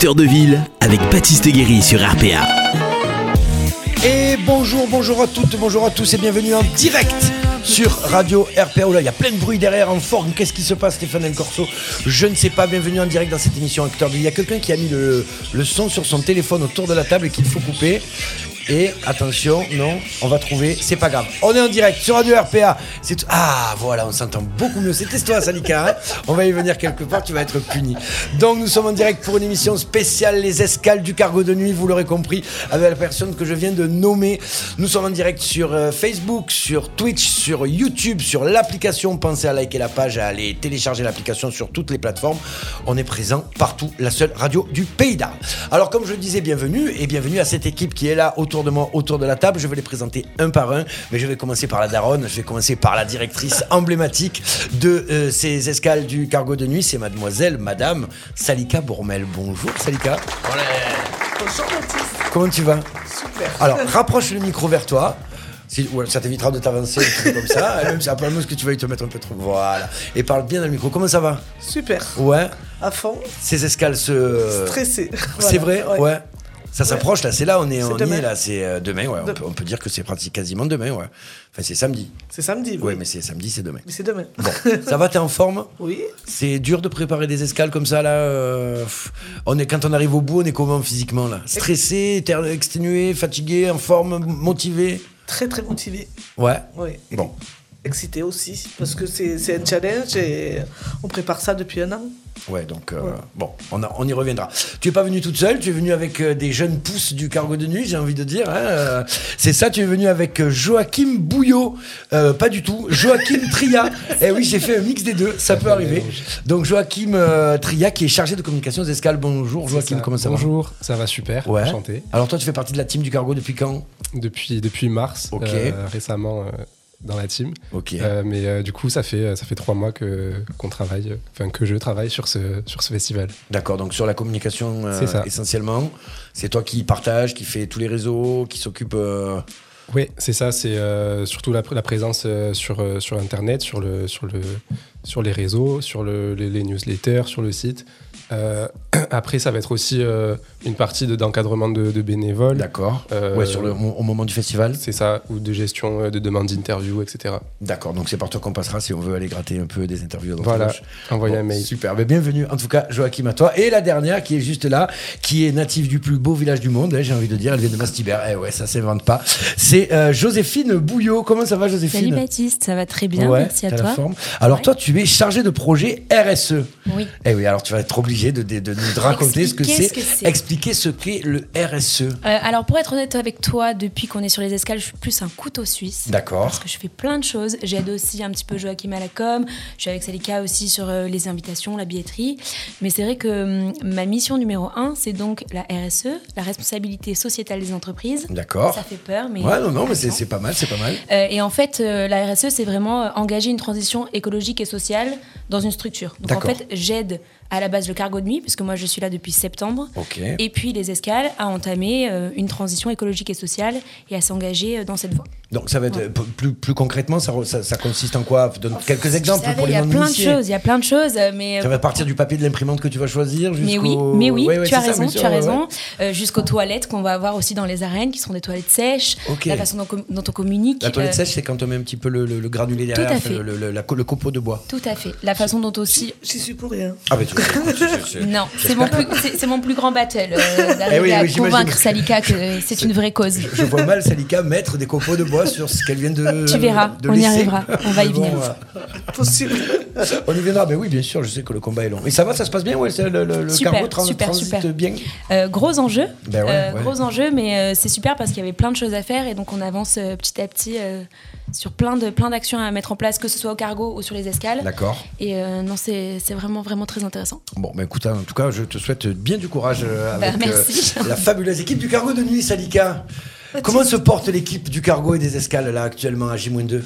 Cœur de ville avec Baptiste Guéry sur RPA. Et bonjour, bonjour à toutes, bonjour à tous et bienvenue en direct sur Radio RPA. Oh là, il y a plein de bruit derrière en forme. Qu'est-ce qui se passe, Stéphane El Corso Je ne sais pas. Bienvenue en direct dans cette émission Acteur de vie. Il y a quelqu'un qui a mis le, le son sur son téléphone autour de la table et qu'il faut couper. Et attention, non, on va trouver, c'est pas grave. On est en direct sur Radio RPA. C'est tout- Ah, voilà, on s'entend beaucoup mieux. C'était toi, Salika. hein on va y venir quelque part, tu vas être puni. Donc, nous sommes en direct pour une émission spéciale, les escales du cargo de nuit, vous l'aurez compris, avec la personne que je viens de nommer. Nous sommes en direct sur euh, Facebook, sur Twitch, sur YouTube, sur l'application. Pensez à liker la page, à aller télécharger l'application sur toutes les plateformes. On est présent partout, la seule radio du pays d'Arles. Alors, comme je le disais, bienvenue et bienvenue à cette équipe qui est là autour de moi, autour de la table. Je vais les présenter un par un, mais je vais commencer par la daronne. Je vais commencer par la directrice emblématique de euh, ces escales du cargo de nuit. C'est mademoiselle, madame Salika Bourmel. Bonjour, Salika. Bonjour Baptiste. Comment tu vas Super. Alors, rapproche le micro vers toi. Si- ou alors ça t'évitera de t'avancer un petit peu comme ça. Et même si après le mot, ce que tu vas y te mettre un peu trop. Voilà. Et parle bien dans le micro. Comment ça va Super. Ouais. À fond. Ces escales se. Stressé. Euh, C'est Voilà, vrai, ouais. Ça s'approche là, c'est là, on est, C'est on y demain. est là, c'est euh, demain, ouais. On, De- peut, on peut dire que c'est pratique quasiment demain, ouais. Enfin, c'est samedi. C'est samedi. Ouais, Oui. mais c'est samedi, c'est demain. Mais c'est demain. Bon, ça va, t'es en forme Oui. C'est dur de préparer des escales comme ça là. euh, pff. On est quand on arrive au bout, on est comment physiquement là Stressé, éter- exténué, fatigué, en forme, motivé. Très très motivé. Ouais. Oui. Bon. Excité aussi parce que c'est c'est un challenge et on prépare ça depuis un an. Ouais, donc euh, bon, on, a- on y reviendra. Tu es pas venue toute seule, tu es venue avec euh, des jeunes pousses du cargo de nuit, j'ai envie de dire. hein, euh, c'est ça, tu es venue avec euh, Joachim Bouillot, Euh, pas du tout, Joachim Tria. Eh oui, j'ai fait un mix des deux, ça peut arriver. Donc Joachim euh, Tria qui est chargé de communication des escales. Bonjour Joachim, Ça, comment ça Bonjour, ça va super, va Ouais. enchanté. Alors toi, tu fais partie de la team du cargo depuis quand Depuis, depuis mars, Ok. euh, récemment euh, dans la team. Ok. Euh, mais euh, du coup, ça fait, ça fait trois mois que, qu'on travaille, euh, enfin que je travaille sur ce, sur ce festival. D'accord, donc sur la communication euh, C'est ça. essentiellement, c'est toi qui partage, qui fait tous les réseaux, qui s'occupe. euh, Oui, c'est ça, c'est euh, surtout la, la présence euh, sur, euh, sur Internet, sur, le, sur, le, sur les réseaux, sur le- les, les newsletters, sur le site. Euh, après, ça va être aussi euh, une partie de, d'encadrement de, de bénévoles. D'accord. Euh, Ouais, sur le, au moment du festival. C'est ça, ou de gestion euh, de demandes d'interviews, etc. D'accord, donc c'est par toi qu'on passera si on veut aller gratter un peu des interviews. à droite à Voilà, gauche. envoyer Bon, un mail. Super, mais bienvenue en tout cas Joachim à toi. Et la dernière qui est juste là, qui est native du plus beau village du monde, hein, j'ai envie de dire, elle vient de Mastiber, eh ouais, ça s'invente pas. C'est euh, Joséphine Bouillot, comment ça va Salut Joséphine Baptiste, ça va très bien, Ouais, merci à t'as la toi. forme. Alors Ouais. toi tu es chargé de projet RSE. Oui. Eh oui, alors tu vas être obligé de, de- de nous raconter ce que Expliquer c'est, ce que c'est. expliquer ce qu'est le E. RSE. Euh, alors pour être honnête avec toi, depuis qu'on est sur les escales, je suis plus un couteau suisse. Parce D'accord. que je fais plein de choses. J'aide aussi un petit peu Joachim à la com. Je suis avec Salika aussi sur euh, les invitations, la billetterie. Mais c'est vrai que hum, ma mission numéro un, c'est donc la RSE, la responsabilité sociétale des entreprises. D'accord. Ça fait peur, mais. Oh. Ouais, non, non, mais c'est intéressant. c'est pas mal, c'est pas mal. Euh, et en fait, euh, la RSE, c'est vraiment euh, engager une transition écologique et sociale dans une structure. Donc en D'accord. fait, j'aide à la base le cargo de nuit, puisque moi je suis là depuis septembre. Ok. Et puis les escales à entamer euh, une transition écologique et sociale et à s'engager euh, dans cette voie. Donc ça va être p- plus, plus concrètement, ça, re- ça, ça consiste en quoi Donne quelques Vous exemples savez, pour Oh, il les y a non plein de initiés. choses, il y a plein de choses, euh, mais Ça va partir du papier de l'imprimante que tu vas choisir jusqu'au. mais oui, mais oui, Ouais, ouais, tu as c'est ça, raison, bien sûr, tu as ouais, raison. ouais. Euh, Jusqu'aux toilettes qu'on va avoir aussi dans les arènes, qui sont des toilettes sèches, Ok. la façon dont, com- dont on communique. La toilette euh, sèche, c'est quand on met un petit peu le, le- le granulé derrière, à enfin, fait. Le, le- la co- le copeau de bois. Tout à fait. La façon dont aussi J'y suis pour rien. Ah ben tu Non, c'est mon, plus, c'est, c'est mon plus grand battle euh, d'arriver Eh oui, à oui, j'imagine. convaincre Salika que c'est une vraie cause. Je vois mal Salika mettre des copeaux de bois sur ce qu'elle vient de. Tu verras, de on y laisser. arrivera, on va y Mais bon, venir. euh, Possible. on y viendra, ben oui, bien sûr, je sais que le combat est long. Et ça va, ça se passe bien, ouais, c'est le, le, le Super, cargo tran- super, transite super. bien. Euh, gros enjeu, Ben ouais, euh, ouais. gros enjeu, mais euh, c'est super parce qu'il y avait plein de choses à faire et donc on avance euh, petit à petit euh, sur plein de plein d'actions à mettre en place, que ce soit au cargo ou sur les escales. D'accord. Et euh, non, c'est, c'est vraiment vraiment très intéressant. Bon, bah écoute, hein, en tout cas, je te souhaite bien du courage euh, Bah, avec merci. Bah, euh, la fabuleuse équipe du cargo de nuit, Salika. Comment se porte l'équipe du cargo et des escales là actuellement à J-2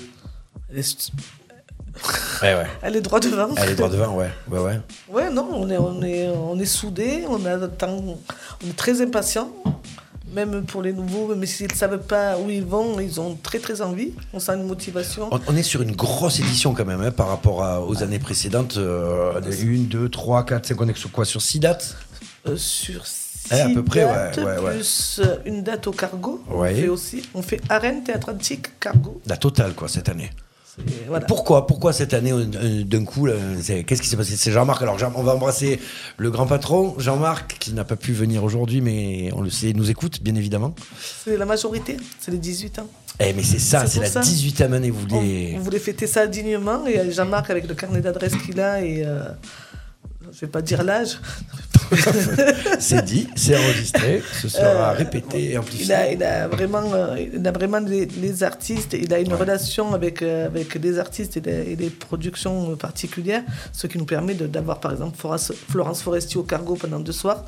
Elle est- Ouais, ouais. Elle est droit devant. Elle est droit devant, ouais. Ouais, ouais. Ouais, non, on est, on est, on est soudés, on, attend, on est très impatients, même pour les nouveaux, mais s'ils ne savent pas où ils vont, ils ont très très envie, on sent une motivation. On, on est sur une grosse édition quand même hein, Bah, par rapport à- aux années précédentes. euh, on a eu une, deux, trois, quatre, cinq, on est sur quoi Sur six dates euh, sur six Eh, à peu près, ouais, dates, ouais, ouais. plus euh, une date au cargo. Ouais. On fait aussi, on fait arène théâtre antique cargo. La totale, quoi, cette année. Et voilà. Pourquoi Pourquoi cette année, on- euh, d'un coup, là, c'est- qu'est-ce qui s'est passé C'est Jean-Marc. Alors, Jean- on va embrasser le grand patron, Jean-Marc, qui n'a pas pu venir aujourd'hui, mais on le sait, il nous écoute, bien évidemment. C'est la majorité, c'est les 18 ans. Eh, mais c'est ça, C'est c'est pour la ça. Oh. 18e année, vous On, voulez. on voulait fêter ça dignement et euh, Jean-Marc avec le carnet d'adresse qu'il a et euh, je vais pas dire l'âge. c'est dit, c'est enregistré, ce sera Euh, répété et amplifié. Il a, il a vraiment, euh, il a vraiment les, les artistes, il a une relation avec, euh, avec les artistes et des, et des productions euh, particulières, ce qui nous permet de- d'avoir par exemple Florence, Florence Foresti au cargo pendant deux soirs.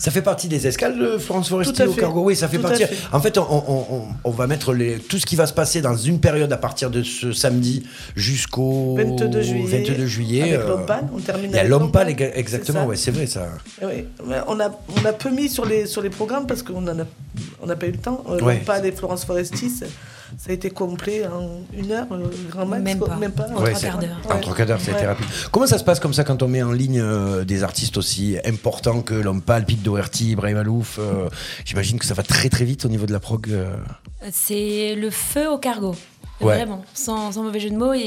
Ça fait partie des escales, euh, Florence Tout Forestier à au fait. cargo. Oui, ça fait Tout à partie. fait. En fait, on, on- on- on va mettre les- tout ce qui va se passer dans une période à partir de ce samedi jusqu'au 22 juillet. 22 juillet, Avec euh, l'Ompal, on termine Il y a avec l'Ompal, l'Ompal, éga- exactement. c'est ça. Ouais, c'est vrai ça. Eh oui, mais on, a, on a peu mis sur les, sur les programmes parce qu'on en a- on n'a pas eu le temps. Euh, Ouais. L'Ompal et Florence Foresti, ça ça a été complet en une heure, euh, grand max. Même quoi. pas. Même pas En Ouais, trois c'est- quarts d'heure. En trois quarts d'heure, ça a été Ouais. rapide. Comment ça se passe comme ça quand on met en ligne euh, des artistes aussi importants que l'Ompal, Pete Doherty, Ibrahim Alouf euh, J'imagine que ça va très très vite au niveau de la prog. euh. C'est le feu au cargo. Ouais. Vraiment, sans, sans mauvais jeu de mots, et-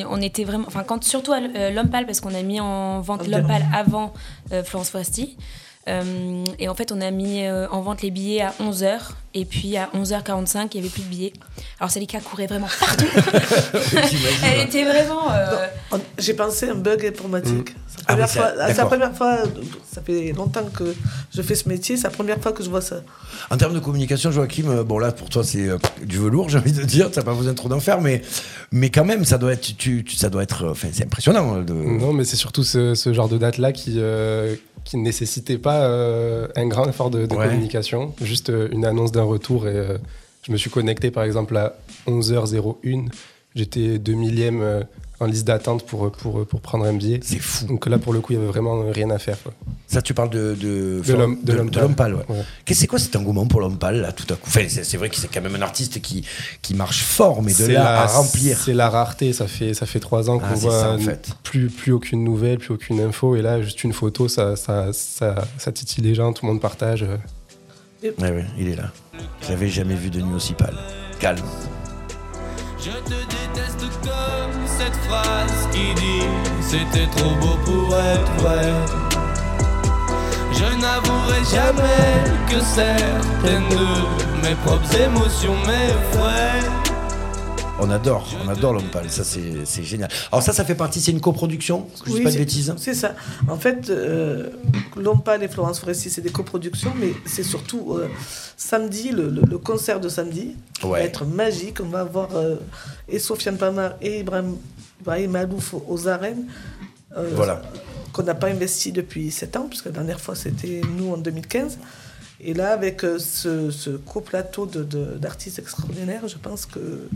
et on était vraiment, enfin quand surtout à l- euh, l'Ompal parce qu'on a mis en vente l'Ompal avant euh, Florence Foresti, Euh, et en fait on a mis euh, en vente les billets à 11h, et puis à 11h45 il y avait plus de billets. Alors Célica courait vraiment partout. Elle était vraiment. euh, On- J'ai pensé à un bug informatique. Ah C'est la oui, première c'est- fois- C'est la d'accord. première fois, ça fait longtemps que je fais ce métier, c'est la première fois que je vois ça. En termes de communication, Joachim, euh, bon là pour toi c'est euh, du velours, j'ai envie de dire, t'as pas besoin de trop d'en faire, mais, mais quand même ça doit être, tu, tu- ça doit être, euh, enfin c'est impressionnant. euh, de- Non, mais c'est surtout ce, ce genre de date-là qui, euh, qui ne nécessitait pas euh, un grand effort de, de Ouais. communication, juste euh, une annonce d'un retour. Et, euh, je me suis connecté par exemple à 11h01. J'étais 2 millième euh, en liste d'attente pour, pour, pour prendre un billet. C'est fou. Donc là, pour le coup, il n'y avait vraiment euh, rien à faire. quoi. Ça tu parles de de, De l'homme- de l'homme de l'homme pâle. ouais. Ouais. Qu'est-ce c'est quoi cet engouement pour l'homme pâle là tout à coup Enfin, c'est c'est vrai que c'est quand même un artiste qui qui marche fort, mais de C'est là la- à remplir. C'est la rareté. Ça fait, ça fait trois ans qu'on Ah, c'est voit ça, en n- fait. plus, plus aucune nouvelle, plus aucune info. Et là, juste une photo, ça, ça, ça, ça titille les gens, tout le monde partage. euh. Ouais, ouais, il est là. J'avais jamais vu de nuit aussi pâle. Calme. Je te déteste comme cette phrase qui dit C'était trop beau pour être vrai Je n'avouerai jamais que certaines de mes propres émotions m'effraient On adore, on adore l'homme pâle. Ça c'est c'est génial. Alors ça, ça fait partie. C'est une coproduction. Je dis Oui, pas de c'est- bêtises. hein. C'est ça. En fait, euh, Lompal et Florence Foresti, c'est des coproductions, mais c'est surtout euh, samedi, le, le- le concert de samedi, qui Ouais. va être magique. On va avoir euh, et Sofiane Pamar et Ibrahim, Ibrahim Alouf aux- aux arènes. euh, Voilà. Qu'on n'a pas investi depuis 7 ans, puisque la dernière fois c'était nous en 2015. Et là, avec euh, ce, ce coplateau de- de- d'artistes extraordinaires, je pense que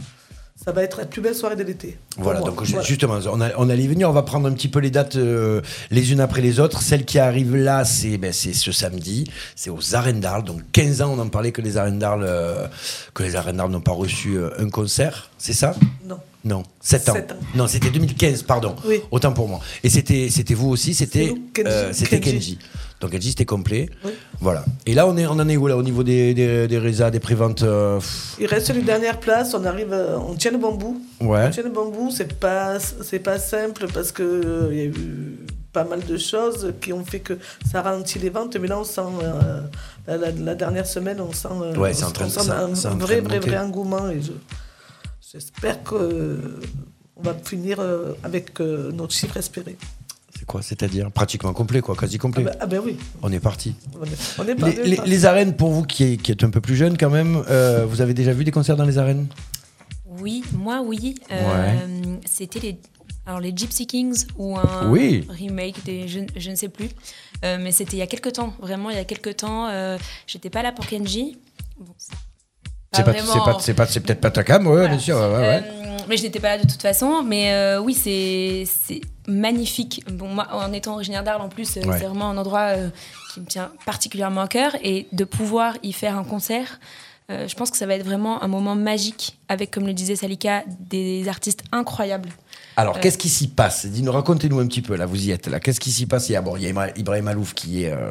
ça va être la plus belle soirée de l'été. pour Voilà, moi. donc je- Voilà. justement, on, a- on allait y venir, on va prendre un petit peu les dates euh, les unes après les autres. Celle qui arrive là, c'est ben, c'est ce samedi, c'est aux Arènes d'Arles. Donc 15 ans, on en parlait que les Arènes d'Arles euh, que les Arènes d'Arles n'ont pas reçu euh, un concert, c'est ça Non. Non, 7 ans. Sept ans. Non, c'était 2015, pardon. Oui. Autant pour moi. Et c'était c'était vous aussi, c'était C'était nous, Kenji. euh, c'était Kenji. Kenji. Donc Kenji, c'était complet. Oui. Voilà. Et là, on, est, on en est où là, au niveau des, des, des résas, des préventes euh, pff, Il reste les dernières places, on arrive, euh, on tient le bambou. Ouais. On tient le bambou, c'est pas, c'est pas simple parce que euh, il y a eu pas mal de choses qui ont fait que ça ralentit les ventes, mais là on sent, euh, la, la- la dernière semaine, on sent, euh, Ouais, c'est on- en train on de- sent ça- un c'est en train vrai, de vrai, monter. vrai engouement et je- j'espère que euh, on va finir euh, avec euh, notre chiffre espéré. C'est quoi C'est-à-dire pratiquement complet, quoi, quasi Ah complet. ben, ah ben oui, On est parti. on est- on est pas. Les, on est les- pas. les arènes, pour vous qui, est- qui êtes un peu plus jeune quand même, euh, vous avez déjà vu des concerts dans les arènes Oui, moi oui. Euh, C'était les, alors les Gypsy Kings ou un Oui. remake des, je, je ne sais plus. Euh, mais c'était il y a quelques temps, vraiment il y a quelques temps. euh, J'étais pas là pour Kenji. Bon, c'est C'est pas, vraiment- c'est pas, c'est pas, c'est peut-être pas ta cam, ouais, Voilà. bien sûr, ouais, ouais, Ah ouais. Euh, mais je n'étais pas là de toute façon. Mais euh, oui, c'est c'est magnifique. Bon, moi, en étant originaire d'Arles, en plus, euh, Ouais. c'est vraiment un endroit euh, qui me tient particulièrement à cœur. Et de pouvoir y faire un concert, euh, je pense que ça va être vraiment un moment magique avec, comme le disait Salika, des artistes incroyables. Alors, Euh. qu'est-ce qui s'y passe Dis-nous, racontez-nous un petit peu. Là, vous y êtes. Là, qu'est-ce qui s'y passe Il y a bon, il y a Ibra- Ibrahim Alouf qui est euh,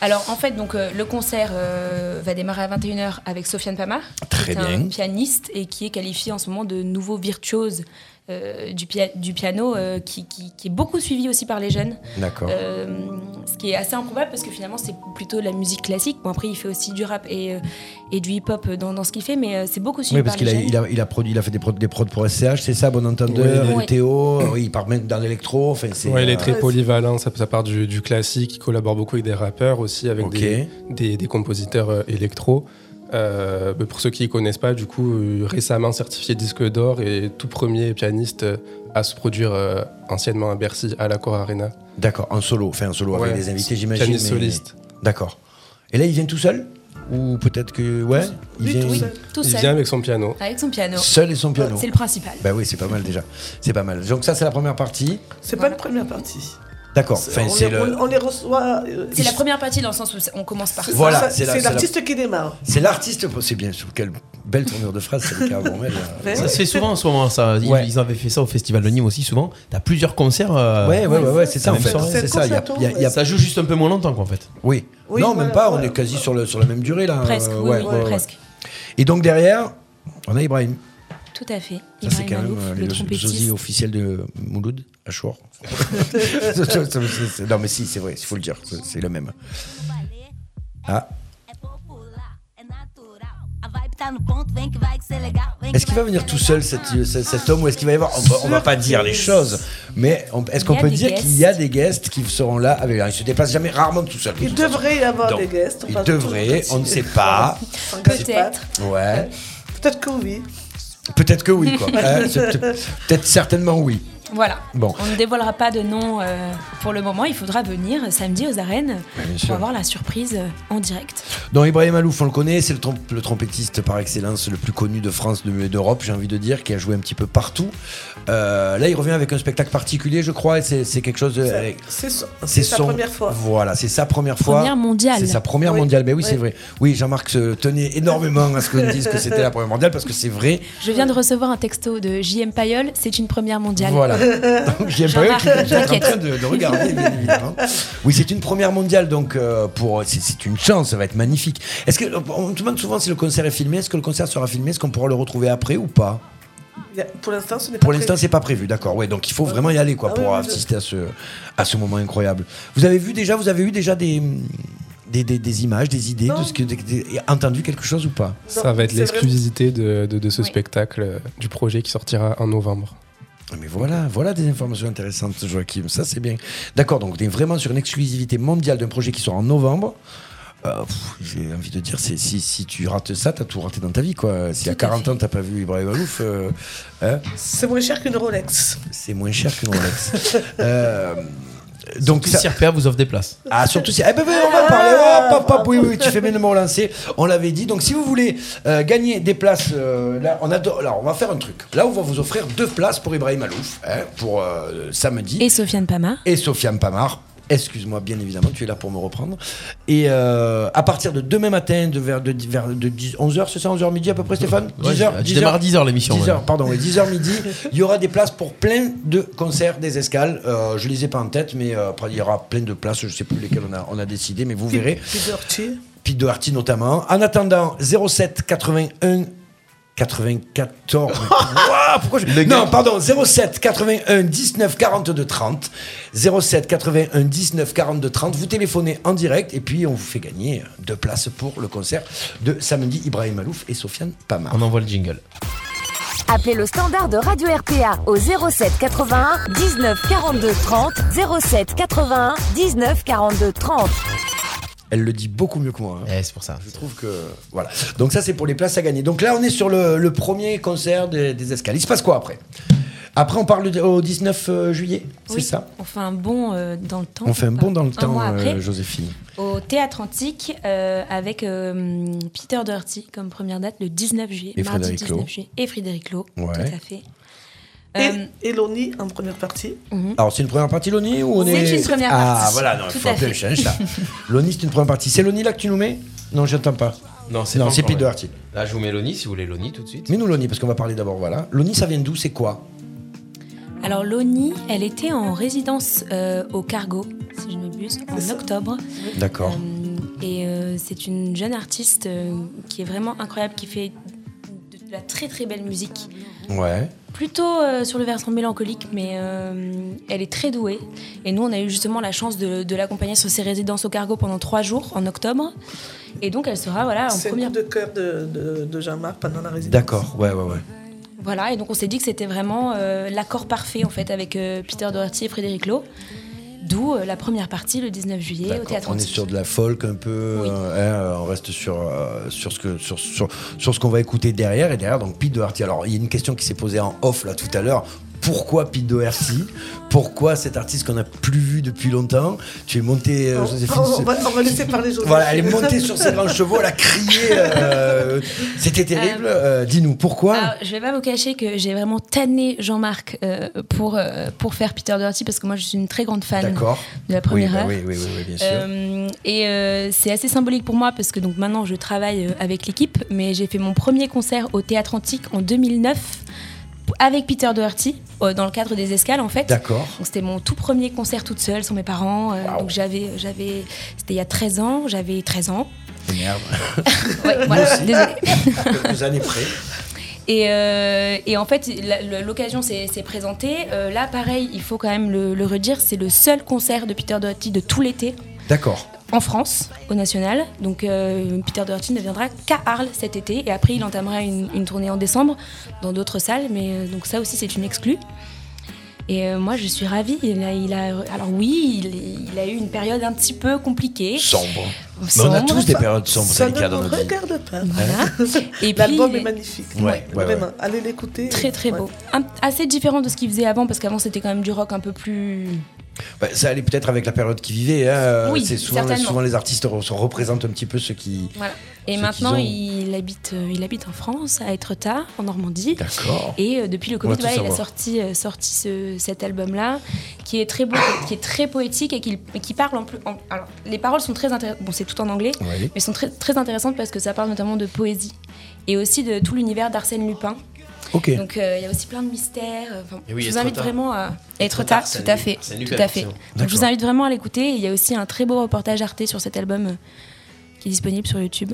Alors en fait, donc euh, le concert euh, va démarrer à 21h avec Sofiane Pamar, Très qui est un bien. pianiste et qui est qualifié en ce moment de nouveau virtuose euh, du, pia- du piano, euh, qui, qui- qui est beaucoup suivi aussi par les jeunes. D'accord. Euh, ce qui est assez improbable parce que finalement c'est plutôt de la musique classique. Bon après il fait aussi du rap et, euh, et du hip-hop dans, dans ce qu'il fait, mais euh, c'est beaucoup suivi Oui, parce qu'il par les a, jeunes. il a, il a produit, il a fait des prods, des prods pour SCH, c'est ça, bon entendeur, Oui, oui. Théo, euh, il part même dans l'électro, enfin c'est. Ouais, il euh, est très Ouais, polyvalent, ça, ça part du, du classique, il collabore beaucoup avec des rappeurs aussi, avec Ok. des, des, des compositeurs euh, électro. Euh, mais pour ceux qui ne connaissent pas, du coup, euh, récemment certifié disque d'or et tout premier pianiste euh, à se produire euh, anciennement à Bercy, à l'Accor Arena. D'accord, en solo, enfin en solo Ouais, avec des invités, j'imagine. Pianiste mais- soliste. D'accord. Et là, il vient tout seul Ou peut-être que. Ouais Il Lui, vient tout seul. Tout Il seul, vient avec son piano. avec son piano. seul et son piano. C'est le principal. Bah oui, c'est pas mal déjà. C'est pas mal. Donc, ça, c'est la première partie. C'est pas Voilà. la première partie. D'accord. Enfin, on, c'est les, le. on- on les reçoit. euh, C'est la première partie dans le sens où on commence par ça. Voilà, ça, c'est c'est la- c'est la- l'artiste qui démarre. C'est l'artiste. C'est bien sûr. Quelle belle tournure de phrase, c'est le cas avant euh, elle. Ouais. Ça, Ça se fait souvent en ce moment, ça. Ils, Ouais. ils avaient fait ça au Festival de Nîmes aussi souvent. T'as plusieurs concerts. euh, Ouais, ouais, ouais, ouais, c'est ça en Même fait. soirée. C'est ça. Il y a, il y a- il y a- Ça joue juste un peu moins longtemps, quoi, en fait. oui. Oui, non, même voilà, pas. On ouais. est quasi sur, le, sur la même durée là. Presque, Euh, oui, ouais, oui, ouais, ouais. presque. Et donc derrière, on a Ibrahim. Tout à fait. Ça, c'est Ibrahim quand même Malouf, euh, le le sosie trompettiste. officiel de Mouloud, Achour. non, mais si, c'est vrai, il faut le dire, c'est- c'est le même. Ah. Est-ce qu'il va venir tout seul cet, cet- cet homme ou est-ce qu'il va y avoir on va, on va pas dire les choses, mais on- est-ce qu'on Il y a peut des dire guests. qu'il y a des guests qui seront là avec Il se déplace jamais, rarement tout seul. Il devrait y avoir Donc, des guests. il enfin, devrait, tout- on ne sait pas. On ne sait pas. Peut-être. Ouais. Peut-être que oui. Peut-être que oui, quoi. Hein, c'est- Peut-être certainement oui. Voilà. Bon. On ne dévoilera pas de nom euh, pour le moment. Il faudra venir samedi aux arènes bien pour sûr. avoir la surprise euh, en direct. Donc Ibrahim Alouf, on le connaît, c'est le, trom- le trompettiste par excellence le plus connu de France de- d'Europe, j'ai envie de dire, qui a joué un petit peu partout. Euh, là, il revient avec un spectacle particulier, je crois, et c'est c'est quelque chose. de- C'est- avec- C'est son- Euh, c'est c'est sa son- première fois. Voilà, c'est sa première fois. Première mondiale. C'est sa première Oui. mondiale, mais oui, Oui. c'est vrai. Oui, Jean-Marc se tenait énormément à ce qu'on dise que c'était la première mondiale, parce que c'est vrai. Je viens de recevoir un texto de JM Payol. C'est une première mondiale. Voilà. Donc j'aime pas eux Jean-Marc, qui est en t'inquiète. train de, de regarder, bien évidemment. Oui, c'est une première mondiale, donc euh, pour c'est- c'est une chance, ça va être magnifique. Est-ce que on me demande souvent si le concert est filmé Est-ce que le concert sera filmé Est-ce qu'on pourra le retrouver après ou pas Il y a- Pour l'instant, ce n'est pas Pour l'instant, prévu. c'est pas prévu, d'accord. Ouais, donc il faut vraiment y aller, quoi, Ah pour oui, oui, oui. assister à ce à ce moment incroyable. Vous avez vu déjà Vous avez eu déjà des des, des- des images, des idées de Non. ce que des- des- entendu quelque chose ou pas Ça va être c'est vrai. l'exclusivité de, de- de ce Oui. spectacle, euh, du projet qui sortira en novembre. Mais voilà, voilà des informations intéressantes, Joachim. Ça, c'est bien. D'accord, donc on est vraiment sur une exclusivité mondiale d'un projet qui sort en novembre. Euh, pff, J'ai envie de dire, c'est- si, si tu rates ça, t'as tout raté dans ta vie, quoi. Si à 40 ans, t'as pas vu Ibrahim Alouf, euh, hein, C'est moins cher qu'une Rolex. c'est moins cher que mon Rolex. Euh, donc, Tout ça, CIRPA vous offre des places. ah, surtout si. Eh ben, ben, on va en parler. Hop, hop, hop. Oui, oui, tu fais bien de me relancer. On l'avait dit. Donc, si vous voulez euh, gagner des places, euh, là, on adore. Alors, on va faire un truc. Là, on va vous offrir deux places pour Ibrahim Alouf, hein, pour euh, samedi. Et Sofiane Pamar. et Sofiane Pamar. Excuse-moi, bien évidemment, tu es là pour me reprendre. Et euh, à partir de demain matin, de vers, de, vers- de 11h, c'est ça, 11h midi à peu près, Stéphane Ouais, 10h je démarre 10h l'émission. 10 ouais. heures, pardon, 10h midi, il y aura des places pour plein de concerts des escales. Euh, je les ai pas en tête, mais euh, après, il y aura plein de places. Je sais plus lesquelles on a, on a décidé, mais vous verrez. Peter Thiel. Pete Doherty notamment. En attendant, 07 81 94. Ouah, pourquoi je- Non, pardon, 07 81 19 42 30. 07 81 19 42 30. Vous téléphonez en direct et puis on vous fait gagner deux places pour le concert de samedi Ibrahim Alouf et Sofiane Pamar. On envoie le jingle. Appelez le standard de Radio RPA au 07 81 19 42 30 07 81 19 42 30. Elle le dit beaucoup mieux que moi. hein. Eh, c'est pour ça. Je trouve que voilà. Donc ça c'est pour les places à gagner. Donc là on est sur le, le premier concert des, des escales. Il se passe quoi après Après on parle de- au 19 euh, juillet, c'est Oui, ça On fait un bond euh, dans le temps. On fait un bond dans le Un temps, mois après. euh, Joséphine. Au Théâtre Antique euh, avec euh, Peter Doherty comme première date le 19 juillet. Et mardi Frédéric 19 Lowe. juillet. Et Frédéric Lowe, Ouais. tout à fait. Euh, Et Eloni en première partie. Alors, c'est une première partie, Loni ou on Hmm. C'est est... une première Ah, partie. voilà, non, il Tout faut à un peu fait. le change, là. Loni, c'est une première partie. C'est Loni, là, que tu nous mets Non, j'entends pas. Non, c'est Non, pas c'est Pete encore, ouais. Doherty. Là, je vous mets Loni si vous voulez Loni tout de suite. Mets-nous Loni, parce qu'on va parler d'abord, voilà. Loni, ça vient d'où C'est quoi alors Loni, elle était en résidence euh, au Cargo, si je ne m'abuse, en octobre. D'accord. Euh, Euh, c'est une jeune artiste euh, qui est vraiment incroyable, qui fait de, de la très très belle musique. Ouais. Plutôt euh, sur le versant mélancolique, mais euh, elle est très douée. Et nous, on a eu justement la chance de, de l'accompagner sur ses résidences au cargo pendant trois jours en octobre. Et donc, elle sera voilà Ah, en C'est le première. coup de cœur de, de- de Jean-Marc pendant la résidence. D'accord, ouais, ouais, ouais. Voilà. Et donc, on s'est dit que c'était vraiment euh, l'accord parfait en fait avec euh, Peter Doherty et Frédéric Lowe. D'où euh, la première partie le 19 juillet au D'accord, théâtre. on est Antique. sur de la folk un peu, Oui. euh, hein, on reste sur, euh, sur ce que sur, sur, sur ce qu'on va écouter derrière et derrière donc Pete Doherty. Alors il y a une question qui s'est posée en off là tout à l'heure. Pourquoi Pete Doherty Pourquoi cet artiste qu'on n'a plus vu depuis longtemps Tu es monté, euh, On, Joséphine. Oh, on- on ce- va, on va laisser parler José. Voilà, elle est montée sur ses grands chevaux, elle a crié. euh, C'était terrible. Euh, Dis-nous pourquoi Alors, Ah, je vais pas vous cacher que j'ai vraiment tanné Jean-Marc euh, pour, euh, pour faire Peter Doherty parce que moi je suis une très grande fan D'accord. de la première oui, bah heure. oui, oui, oui, oui, bien sûr. Euh, et euh, c'est assez symbolique pour moi parce que donc maintenant je travaille euh, avec l'équipe, mais j'ai fait mon premier concert au Théâtre Antique en 2009 p- avec Peter Doherty euh, dans le cadre des escales en fait. D'accord. Donc, C'était mon tout premier concert toute seule sans mes parents. euh, Donc j'avais, j'avais, c'était il y a 13 ans, j'avais 13 ans. Merde. Ouais, voilà, désolée. Quelques années près. Et, euh, et en fait, la- le- l'occasion s'est s'est présentée. Euh, là, pareil, il faut quand même le, le redire, c'est le seul concert de Peter Doherty de tout l'été D'accord. en France, au National. Donc euh, Peter Doherty ne viendra qu'à Arles cet été. Et après, il entamera une, une tournée en décembre dans d'autres salles. Mais euh, donc ça aussi, c'est une exclue. Et euh, moi, je suis ravie. Il a, il a- alors oui, il, il a eu une période un petit peu compliquée. Sombre. Mais on a sombre. tous des périodes sombres, Ça c'est ne le cas dans me notre vie. regarde pas. Voilà. Et L'album puis, euh, est magnifique. Ouais, ouais, ouais. Vraiment, allez l'écouter. Très très Ouais. beau. Un- assez différent de ce qu'il faisait avant parce qu'avant c'était quand même du rock un peu plus. Bah, ça allait peut-être avec la période qui vivait. Hein. Oui, c'est souvent, certainement. souvent les artistes re- se représentent un petit peu ceux qui. Voilà. Et Ceux maintenant qu'ils ont. il habite euh, il habite en France à Etretat en Normandie. D'accord. Et euh, depuis le On va Covid, tout voilà, il a savoir. sorti, euh, sorti ce- cet album-là, qui est très beau, qui est très poétique et qui, qui parle en plus. en- alors, les paroles sont très intéressantes. Bon, c'est tout en anglais, Oui. mais sont très, très intéressantes parce que ça parle notamment de poésie et aussi de tout l'univers d'Arsène Lupin. Ok. Donc, euh, il y a aussi plein de mystères. euh, Enfin, Et oui, je vous Etretat. invite vraiment à être Etretat, tard, c'est tout à lui- fait, c'est lui tout qui a à fait fait. ça. Donc, je vous D'accord. invite vraiment à l'écouter. Et Il y a aussi un très beau reportage Arte sur cet album euh, qui est disponible sur YouTube.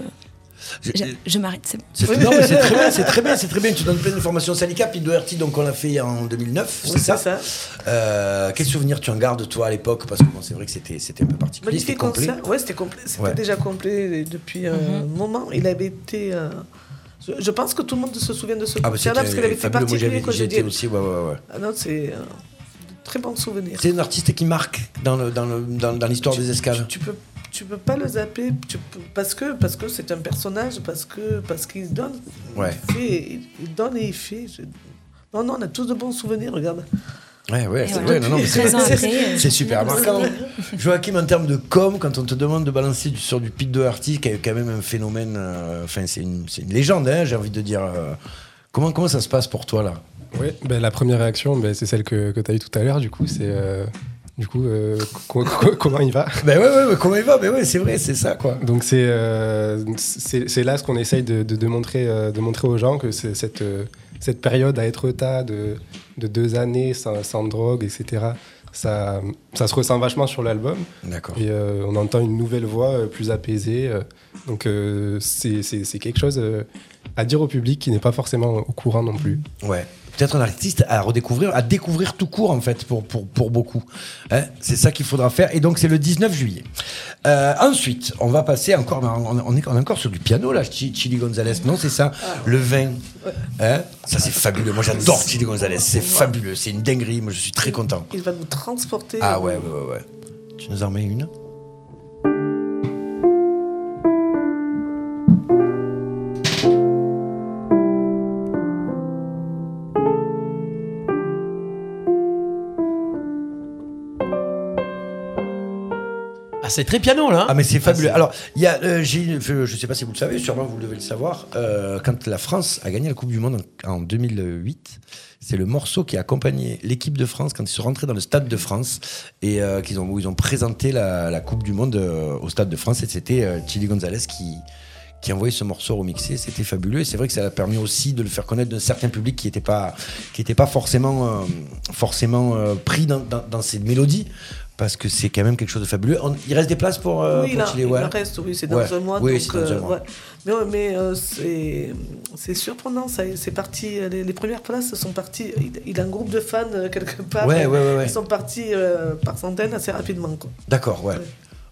Je, je m'arrête. c'est bon. C'est- non, mais c'est très bien, c'est très bien, c'est très bien. Tu donnes plein d'informations syndicales. Puis Doherty, donc on l'a fait en 2009, Oui, c'est ça, ça. Euh, Quel souvenir tu en gardes, toi, à l'époque Parce que bon, c'est vrai que c'était c'était un peu particulier, c'était Magnifique complet. concert. Ouais, c'était complet. C'était Ouais. déjà complet depuis un moment. Il avait été. euh, je, je pense que tout le monde se souvient de ce Ah, bah c'était concert-là parce qu'il avait été fabuleux. Moi, particulier. j'avais- quoi, je j'y veux étais dire. aussi. Ouais, ouais, ouais. Ah non, c'est euh, de très bon souvenir. C'est un artiste qui marque dans le dans le dans, dans l'histoire des escales. Tu peux, tu peux pas le zapper tu peux- parce que parce que c'est un personnage, parce que parce qu'il donne. Ouais. Il, fait, il, il donne et il fait. Je- Non, non, on a tous de bons souvenirs, regarde. Ouais, ouais, c'est voilà. vrai. Non, non, mais c'est- 13 ans après, euh, C'est super je- marquant. Joachim, en termes de com, quand on te demande de balancer du, sur du Pete Doherty, qui est quand même un phénomène, euh, enfin, c'est une, c'est une légende, hein, j'ai envie de dire. euh, comment, comment ça se passe pour toi, là Oui, ben, la première réaction, ben, c'est celle que, tu as eue tout à l'heure, du coup, c'est. euh, du coup, euh, co- co- comment il va Ben ouais, ouais, ouais, comment il va Ben ouais, c'est vrai, c'est ça, quoi. Donc c'est euh, c'est c'est là ce qu'on essaye de, de- de montrer euh, de montrer aux gens que c'est cette euh, cette période à être tas de, de deux années sans, sans drogue etc ça ça se ressent vachement sur l'album D'accord. et euh, on entend une nouvelle voix euh, plus apaisée euh, donc euh, c'est c'est- c'est quelque chose euh, à dire au public qui n'est pas forcément au courant non plus Ouais. Peut-être un artiste à redécouvrir, à découvrir tout court, en fait, pour, pour, pour beaucoup. Hein, c'est ça qu'il faudra faire. Et donc, c'est le 19 juillet. Euh, ensuite, on va passer encore. ben, On, on est, on est encore sur du piano, là, Chi- Chili Gonzalez. Non, c'est ça Le vin. Hein ça, c'est fabuleux. Moi, j'adore Chili Gonzalez. C'est fabuleux. C'est une dinguerie. Moi, je suis très content. Il va nous transporter. Ah ouais, ouais, ouais, ouais. Tu nous en mets une Ah, c'est très piano là. hein. Ah mais c'est fabuleux. c'est- Alors, il y a, euh, j'ai une- je sais pas si vous le savez, sûrement vous devez le savoir, euh, quand la France a gagné la Coupe du Monde en, en 2008, c'est le morceau qui a accompagné l'équipe de France quand ils sont rentrés dans le Stade de France et euh, qu'ils ont, où ils ont présenté la, la Coupe du Monde euh, au Stade de France et c'était euh, Chili Gonzalez qui qui a envoyé ce morceau remixé, c'était fabuleux et c'est vrai que ça a permis aussi de le faire connaître d'un certain public qui n'était pas qui était pas forcément euh, forcément euh, pris dans, dans, dans ces mélodies parce que c'est quand même quelque chose de fabuleux. On- il reste des places pour, euh, oui, pour là, Chili, il ouais. en reste, oui, c'est dans Ouais. un mois. Oui, donc, c'est dans un euh, mois. ouais. Mais, ouais, mais euh, c'est c'est surprenant, ça, c'est parti, les, les premières places sont parties, il, il a un groupe de fans euh, quelque part, Ouais, ouais, ouais, ouais. ils sont partis euh, par centaines assez rapidement. Quoi. D'accord, ouais.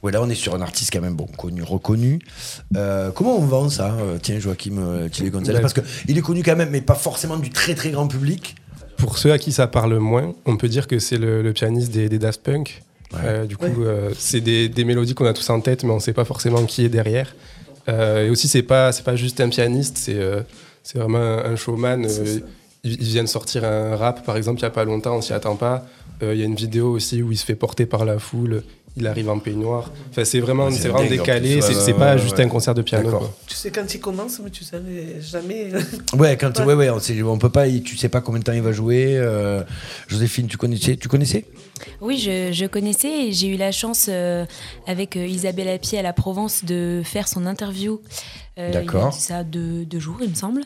Ouais, là, on est sur un artiste quand même bon, connu, reconnu. Euh, comment on vend ça euh, Tiens, Joachim euh, Chili Gonzalez, Ouais. parce qu'il est connu quand même, mais pas forcément du très très grand public. Pour ceux à qui ça parle moins, on peut dire que c'est le, le pianiste des, des Daft Punk. Euh, du coup, Ouais. euh, c'est des, des mélodies qu'on a tous en tête, mais on ne sait pas forcément qui est derrière. Euh, et aussi, c'est pas c'est pas juste un pianiste, c'est euh, c'est vraiment un, un showman. C'est Euh, ça. il, il vient de sortir un rap, par exemple, il y a pas longtemps, on s'y attend pas. Euh, Il y a une vidéo aussi où il se fait porter par la foule. Il arrive en peignoir. Enfin, c'est vraiment, Ouais, c'est c'est vraiment dingue, en plus. décalé. Ouais, C'est ouais, c'est ouais, pas ouais, juste ouais. un concert de piano. D'accord. quoi. Tu sais quand il commence, mais tu savais jamais. euh, Ouais, quand ouais, Ouais. ouais, on, sait- on peut pas, y- tu sais pas combien de temps il va jouer. euh, Joséphine, tu connaissais, tu connaissais Oui, je, je connaissais et j'ai eu la chance euh, avec euh, Isabelle Appier à la Provence de faire son interview. Euh, il y a D'accord. ça deux, deux jours, il me semble.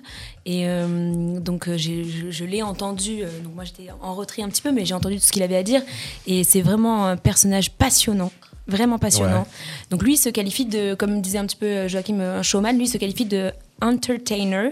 Et euh, donc euh, j'ai- je, je l'ai entendu. euh, donc moi j'étais en retrait un petit peu, mais j'ai entendu tout ce qu'il avait à dire. Et c'est vraiment un personnage passionnant, vraiment passionnant. Donc lui il se qualifie de, comme disait un petit peu euh, Joachim, euh, un showman. Lui il se qualifie de entertainer.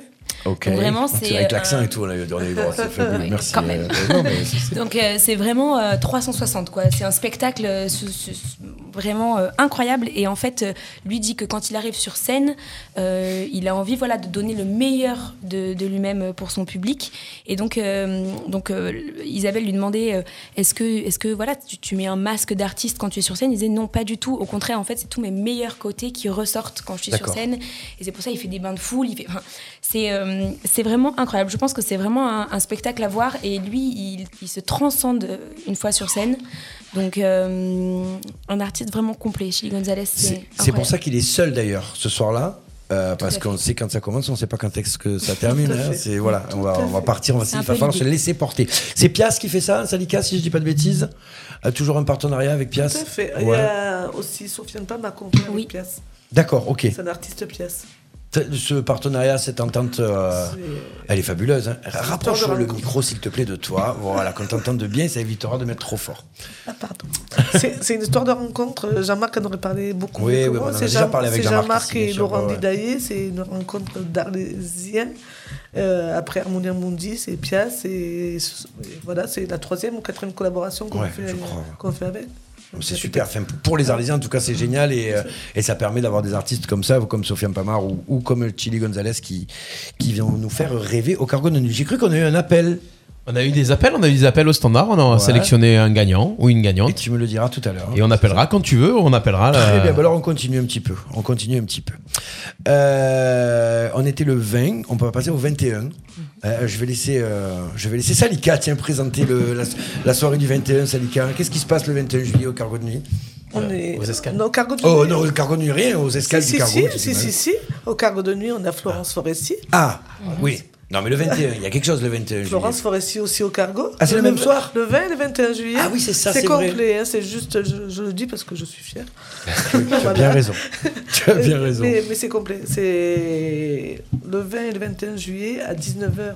Ok. Vraiment, c'est Avec l'accent un- et tout, on a eu, on a eu droit, c'est fabuleux, Oui, merci. quand même. euh, non, mais c'est- c'est- Donc euh, c'est vraiment euh, 360 quoi. C'est un spectacle euh, su- su- su- vraiment euh, incroyable et en fait euh, lui dit que quand il arrive sur scène, euh, il a envie voilà de donner le meilleur de, de lui-même euh, pour son public et donc euh, donc euh, Isabelle lui demandait euh, est-ce que est-ce que voilà tu, tu mets un masque d'artiste quand tu es sur scène il disait non pas du tout au contraire en fait c'est tous mes meilleurs côtés qui ressortent quand je suis sur D'accord. scène et c'est pour ça il fait des bains de foule il fait enfin, c'est euh, c'est vraiment incroyable je pense que c'est vraiment un, un spectacle à voir et lui il, il se transcende euh, une fois sur scène donc euh, un artiste vraiment complet Chili Gonzalez C'est c'est c'est pour incroyable. ça qu'il est seul d'ailleurs ce soir-là. euh, parce à qu'on sait quand ça commence, on sait pas quand est-ce que ça termine. à hein, fait. c'est voilà, on va, à on va fait. partir, on va, C'est il un va peu falloir se l'idée. laisser porter. C'est Pias qui fait ça, Salika, si je dis pas de bêtises. A toujours un partenariat avec Pias. Tout à fait. euh, Il y Ah, Ouais. a aussi Sofiane Pam a compris avec Oui. Pias. D'accord, ok. C'est un artiste Pias. Ce partenariat, cette entente, euh, C'est- elle est fabuleuse. hein. une Rapproche histoire de le rencontre. micro, s'il te plaît, de toi. Voilà, qu'on t'entende bien, ça évitera de mettre trop fort. Ah, pardon. C'est c'est une histoire de rencontre. Jean-Marc en aurait parlé beaucoup. Oui, mieux que oui, moi. on en a C'est déjà Jean- parlé avec c'est Jean-Marc aussi, bien et sûr, Laurent ouais, ouais. Didaillé. C'est une rencontre d'Arlésiens. Euh, après Harmonia Mundi, c'est Pias. Et, et voilà, c'est la troisième ou quatrième collaboration qu'on Ouais, fait, je crois, ouais. qu'on fait avec. C'est super. Enfin, pour les Arlésiens, en tout cas, c'est génial et, euh, et ça permet d'avoir des artistes comme ça, comme Sofiane Pamar ou, ou comme Chili Gonzalez qui, qui vient nous faire rêver au cargo de nuit. J'ai cru qu'on a eu un appel On a eu des appels, on a eu des appels au standard, on a Ouais. sélectionné un gagnant ou une et gagnante. tu me le diras tout à l'heure. hein. Et on appellera euh, quand tu veux, on appellera. Très la- bien, bah alors on continue un petit peu. On continue un petit peu. Euh, on était le 20, on peut passer au Mhm. 21. Euh, je, vais laisser, euh, je vais laisser Salika, tiens, présenter le- la, la soirée du 21, Salika. Qu'est-ce qui se passe le 21 juillet au cargo de nuit On est aux escales. Non, au cargo de Oh nuit. non, au cargo de nuit, rien, aux Si, escales Euh, si, du cargo. si, tu dis si, mal. si, si. Au cargo de nuit, on a Florence Foresti. Ah, oui. Non, mais le 21, il y a quelque chose le 21 juillet. Mhm. Florence Foresti aussi au cargo. Ah, c'est le même soir Le 20 et le 21 juillet. Ah oui, c'est ça, C'est c'est vrai. complet, hein, c'est juste, je, je le dis parce que je suis fière. Tu as bien raison. Tu as bien raison. Euh, Mais, mais c'est complet. C'est le 20 et le 21 juillet à 19h.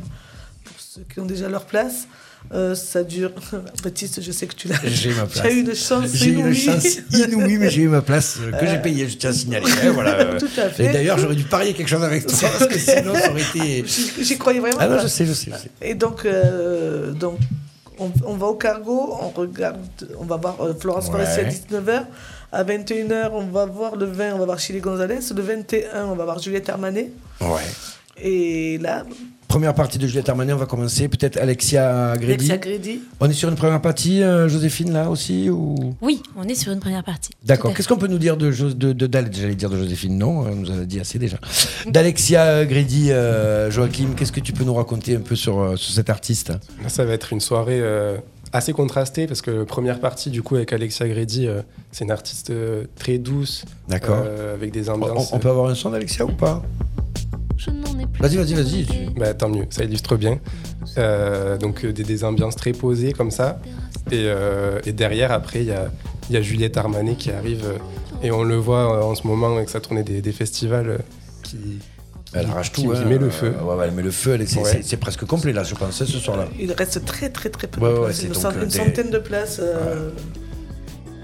Pour ceux qui ont déjà leur place, euh, ça dure. Baptiste, je sais que tu l'as. J'ai ma place. Tu as eu une chance J'ai eu une inouïe. chance inouïe, mais j'ai eu ma place euh, que j'ai payée, je tiens à signaler. hein, voilà, euh. Tout à fait. Et d'ailleurs, j'aurais dû parier quelque chose avec toi, parce que sinon, ça aurait été. J'y j'y croyais vraiment. Ah non, pas. je sais, je sais. je sais. Et donc, euh, donc on, on va au cargo, on regarde, on va voir euh, Florence Ouais. Foresti à 19h. À 21h, on va voir le 20, on va voir Chili Gonzalez. Le 21, on va voir Juliette Armanet. Ouais. Et là, Première partie de Juliette Armanet, on va commencer. Peut-être Alexia Grédy. Alexia Grédy. On est sur une première partie, euh, Joséphine, là aussi ou... oui on est sur une première partie D'accord. Tout à Qu'est-ce qu'on peut nous dire de, Jo- de, de, d'Al- j'allais dire de Joséphine Non, elle nous en a dit assez déjà. D'Alexia Grédy, euh, Joachim, qu'est-ce que tu peux nous raconter un peu sur, euh, sur cet artiste Là, ça va être une soirée euh, assez contrastée parce que première partie du coup avec Alexia Grady, euh, c'est une artiste euh, très douce, D'accord. euh, avec des On, ambiances. on peut avoir un son d'Alexia ou pas Vas-y, vas-y, vas-y. tu- Bah, tant mieux, ça illustre bien. Euh, donc euh, des, des ambiances très posées comme ça. Et, euh, et derrière, après, il y a, il y a Juliette Armanet qui arrive euh, et on le voit euh, en ce moment avec sa tournée des, des festivals euh, qui. Elle arrache qui- tout. qui hein. met le feu. Ouais, ouais, elle met le feu. elle- c'est- Ouais. c'est- C'est presque complet là, je pense, hein, ce soir-là. Il reste très, très, très peu Ouais, de ouais, places. c'est une, donc, cent- euh, une des- centaine de places. euh,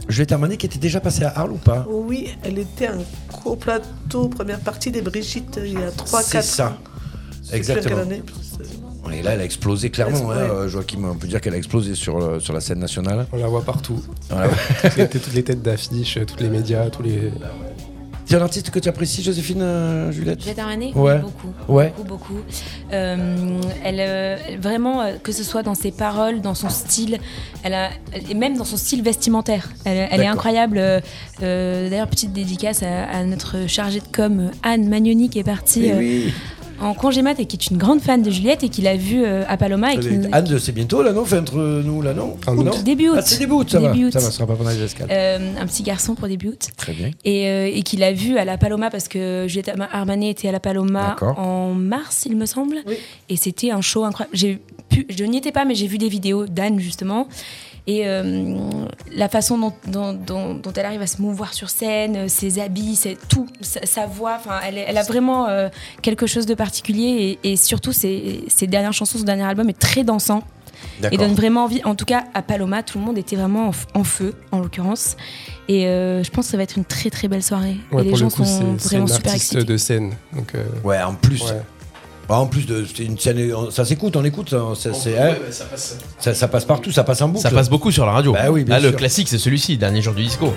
Je vais terminer qui était déjà passée à Arles ou pas Oh Oui, elle était en co-plateau, première partie des Brigitte, il y a 3-4 ans. C'est ça. Je sais plus exactement. à quelle année, parce que- Et là, elle a explosé clairement. Ouais. hein, euh, Joachim, on peut dire qu'elle a explosé sur, euh, sur la scène nationale. On la voit partout. Voilà. toutes, les, toutes les têtes d'affiches, toutes les médias, tous les. C'est un artiste que tu apprécies, Joséphine euh, Juliette Juliette Armanet Ouais. Beaucoup. Ouais. Beaucoup, beaucoup. Euh, elle, euh, elle- vraiment, euh, que ce soit dans ses paroles, dans son style, elle a, elle- et même dans son style vestimentaire. Elle, elle est D'accord. incroyable. Euh, euh, D'ailleurs, petite dédicace à, à notre chargée de com, euh, Anne Magnoni, qui est partie Eh euh, oui. en congé mat et qui est une grande fan de Juliette et qui l'a vue euh, à Paloma. Et qui, nous- Anne, c'est bientôt là, non Enfin, entre nous là, non En août. Non Début août. Ah, c'est début août, ça Début va. août. Ça va, ce sera pas pendant les escales. euh, un petit garçon pour début août. Très bien. et, euh, et qui l'a vu à la Paloma parce que Juliette Arma- Armanet était à la Paloma D'accord. en mars, il me semble. Oui. Et c'était un show incroyable. J'ai pu, je n'y étais pas, mais j'ai vu des vidéos d'Anne justement. Et euh, la façon dont, dont- dont- dont elle arrive à se mouvoir sur scène, euh, ses habits, c'est tout, sa, sa voix, enfin, elle, est- elle a vraiment euh, quelque chose de particulier. Et, et surtout, ses, ses dernières chansons, son dernier album est très dansant et D'accord. donne vraiment envie. En tout cas, à Paloma, tout le monde était vraiment en, f- en feu, en l'occurrence. Et euh, je pense que ça va être une très très belle soirée. Ouais, et les pour gens le coup, sont c'est- c'est vraiment une super artiste excités. de scène. Donc, euh, Ouais, en plus. ouais. Ah, En plus, de, c'est une scène, on- ça s'écoute, on écoute, ça, ça, c'est- hein, ça passe. ça- ça passe partout, ça passe en boucle. Ça passe beaucoup sur la radio. Bah oui, bien Là, le sûr. classique, c'est celui-ci, dernier jour du disco.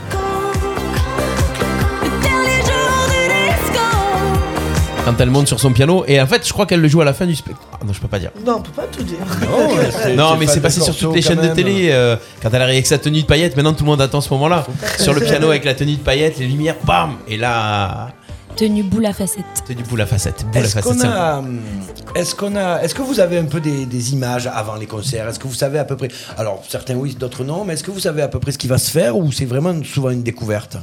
Quand elle monte sur son piano, et en fait, je crois qu'elle le joue à la fin du spectacle. Ah, non, je peux pas dire. Non, on peut pas tout dire. Non, Oh, ouais, c'est- Non, c'est mais fan c'est de passé sur Corso, toutes les quand chaînes de même. télé. euh, quand elle arrive avec sa tenue de paillettes, maintenant tout le monde attend ce moment-là. euh, Sur le piano avec la tenue de paillettes, les lumières, bam Et là, Tenue boule à facettes. c'est du boule à facette. Boule à Est-ce facette. qu'on ça. a, hum, est-ce qu'on a, est-ce que vous avez un peu des, des images avant les concerts Est-ce que vous savez à peu près Alors certains oui, d'autres non, mais est-ce que vous savez à peu près ce qui va se faire ou c'est vraiment souvent une découverte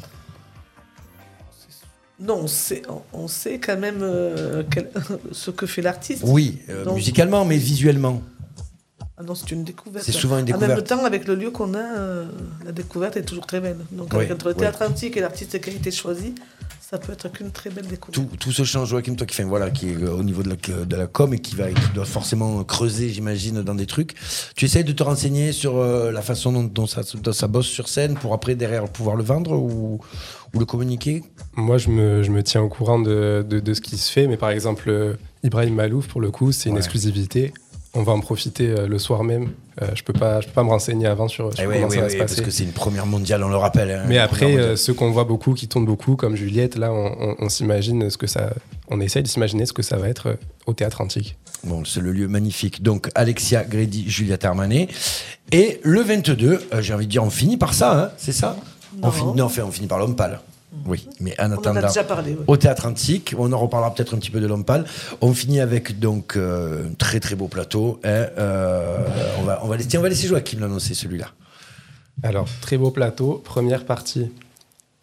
Non, on sait, on, on sait quand même euh, quel- ce que fait l'artiste. Oui, euh, Donc- musicalement, mais visuellement. Ah non, c'est une découverte. C'est souvent une En même découverte. temps, avec le lieu qu'on a, euh, la découverte est toujours très belle. Donc, Oui, avec entre le oui. théâtre antique et l'artiste qui a été choisi, ça peut être qu'une très belle découverte. Tout, tout se change, Joachim, toi qui, enfin, voilà, qui est euh, au niveau de la, de la com et qui, va, qui doit forcément euh, creuser, j'imagine, dans des trucs. Tu essayes de te renseigner sur euh, la façon dont, dont ça, dont ça bosse sur scène pour après, derrière, pouvoir le vendre ou, ou le communiquer Moi, je me, je me tiens au courant de, de- de ce qui se fait, mais par exemple, euh, Ibrahim Malouf, pour le coup, c'est une Ouais. exclusivité. On va en profiter euh, le soir même. Euh, je peux pas, je peux pas me renseigner avant sur, sur Eh oui, comment oui, ça va oui, se parce passer. que c'est une première mondiale, on le rappelle. hein, Mais une après, première euh, mondiale. ceux qu'on voit beaucoup, qui tournent beaucoup, comme Juliette, là, on, on- on s'imagine ce que ça. On essaye de s'imaginer ce que ça va être euh, au théâtre antique. Bon, c'est le lieu magnifique. Donc, Alexia Grédy, Juliette Armanet. Et le 22, euh, j'ai envie de dire, on finit par ça, hein, c'est ça On Non. finit, non, enfin, on finit par l'homme pâle. Oui, mais en On en a attendant. déjà parlé. oui. Au théâtre antique, on en reparlera peut-être un petit peu de l'homme pâle. On finit avec donc euh, un très très beau plateau. hein, euh, on, va, on, va laisser, tiens, on va laisser Joachim l'annoncer celui-là. Alors, très beau plateau, première partie.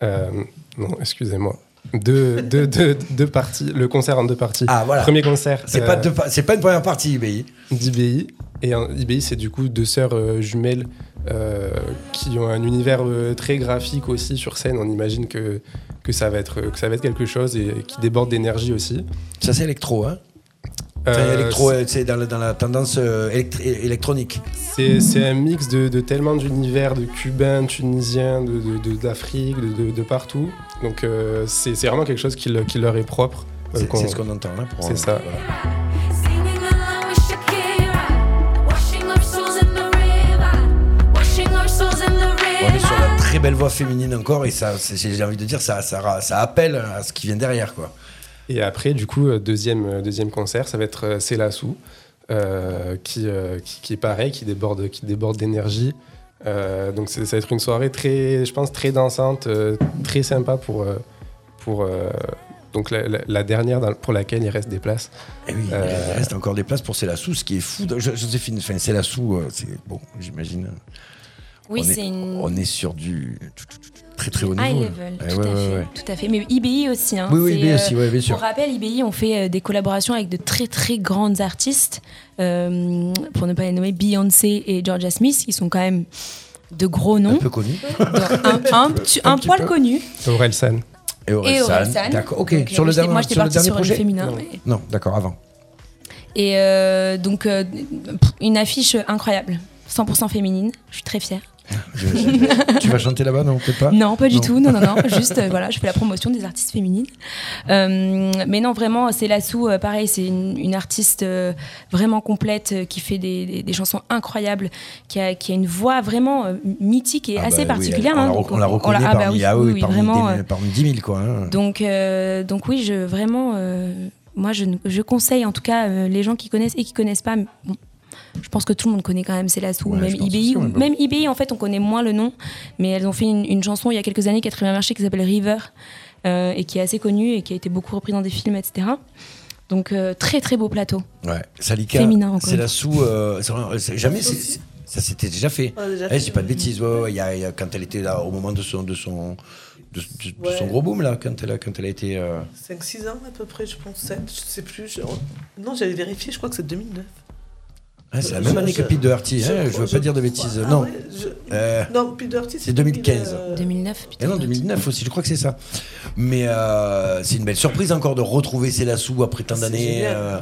Euh, non, excusez-moi. Deux, deux, deux, deux parties, le concert en deux parties. Ah, voilà. Premier concert. C'est euh, pas, de- c'est pas une première partie, IBI. d'IBI. Et un- IBI, c'est du coup deux sœurs euh, jumelles euh, qui ont un univers euh, très graphique aussi sur scène. On imagine que, que, ça, va être, euh, que ça va être quelque chose et qui déborde d'énergie aussi. Ça, c'est électro, hein Enfin, Euh, électro, euh, c'est dans, la- dans la tendance euh, électri- électronique. c'est, c'est un mix de, de tellement d'univers, de cubains, de tunisiens, de, de- de- d'Afrique, de, de- de partout. Donc euh, c'est, c'est vraiment quelque chose qui, le- qui leur est propre. euh, C'est qu'on- c'est ce qu'on entend là. pour- euh, C'est ça. voilà. On est sur la très belle voix féminine encore et ça, c'est- j'ai envie de dire, ça, ça, ra- ça appelle à ce qui vient derrière, quoi. Et après, du coup, euh, deuxième, euh, deuxième concert, ça va être euh, Célassou, euh, qui, euh, qui, qui est pareil, qui déborde, qui déborde d'énergie. Euh, donc c'est- ça va être une soirée très, je pense, très dansante, euh, très sympa pour, euh, pour euh, donc la, la- la dernière dans- pour laquelle il reste des places. Et oui, Euh, il reste encore des places pour Célassou, ce qui est fou. Je- Joséphine, enfin, Célassou, euh, c'est bon, j'imagine. Oui, on est, c'est une. on est sur du très très haut High niveau. level, Eh tout, ouais, à ouais, fait, ouais. tout à fait. Mais IBI aussi. Hein, Oui, oui, c'est, bien euh, sûr, ouais, bien sûr. Pour rappel, IBI, on fait euh, des collaborations avec de très très grandes artistes, euh, pour ne pas les nommer Beyoncé et Georgia Smith, qui sont quand même de gros Un noms, peu connu. dans- un, un, petit- un petit poil peu. connus. Orelsan. Et Et Orelsan. D'accord, ok. Donc, euh, sur le j'étais- dernier, Moi, j'étais sur le partie dernier sur le projet féminin. Non, mais- Non, d'accord, avant. Et euh, donc, euh, pff, une affiche incroyable, 100% féminine, je suis très fière. tu vas chanter là-bas, non Peut-être pas Non, pas du Ah, Non. tout. Non, non, non. Juste, euh, voilà, je fais la promotion des artistes féminines. Euh, mais non, vraiment, c'est Lassou, euh, pareil, c'est une, une artiste euh, vraiment complète euh, qui fait des, des- des chansons incroyables, qui a, qui a une voix vraiment euh, mythique et Ah assez bah oui, particulière. on la hein, re- donc, on la reconnaît ah bah parmi, oui, ah oui, oui, oui, parmi, vraiment. des- euh, parmi 10 000, quoi. hein. donc, euh, donc oui, je vraiment, euh, moi, je, ne- je conseille en tout cas euh, les gens qui connaissent et qui connaissent pas. bon, je pense que tout le monde connaît quand même Célassou, Ouais, même je pense IBI. aussi, ouais, ou- bah. Même IBI, en fait, on connaît moins le nom, mais elles ont fait une, une chanson il y a quelques années qui a très bien marché, qui s'appelle River, euh, et qui est assez connue et qui a été beaucoup reprise dans des films, etc. Donc euh, très très beau plateau. Ouais. Salika, Féminin, encore c'est une la sous. euh, c'est- euh, c'est- jamais, c'est- c'est- ça s'était déjà fait. Ouais, Ah, déjà Eh, fait, je dis pas de ouais. bêtises. ouais, ouais, il y a- il y a- quand elle était là, au moment de son, de son, de, de- de Ouais. son gros boom, là, quand elle a, quand elle a été. euh, 5-6 ans à peu près, je pense, 7, je sais plus. je- Non, j'avais vérifié, je crois que c'est 2009. ouais, Ah, c'est la Je- même année je- que Pete Doherty. hein, Je, crois- veux pas dire de crois- bêtises. Ah non. ouais, je- Euh, Non, Peter Ortiz, c'est 2015. 2000, euh, 2009, Et putain. non, 2009 aussi, je crois que c'est ça. Mais euh, c'est une belle surprise encore de retrouver Célassou après tant C'est d'années. génial. euh,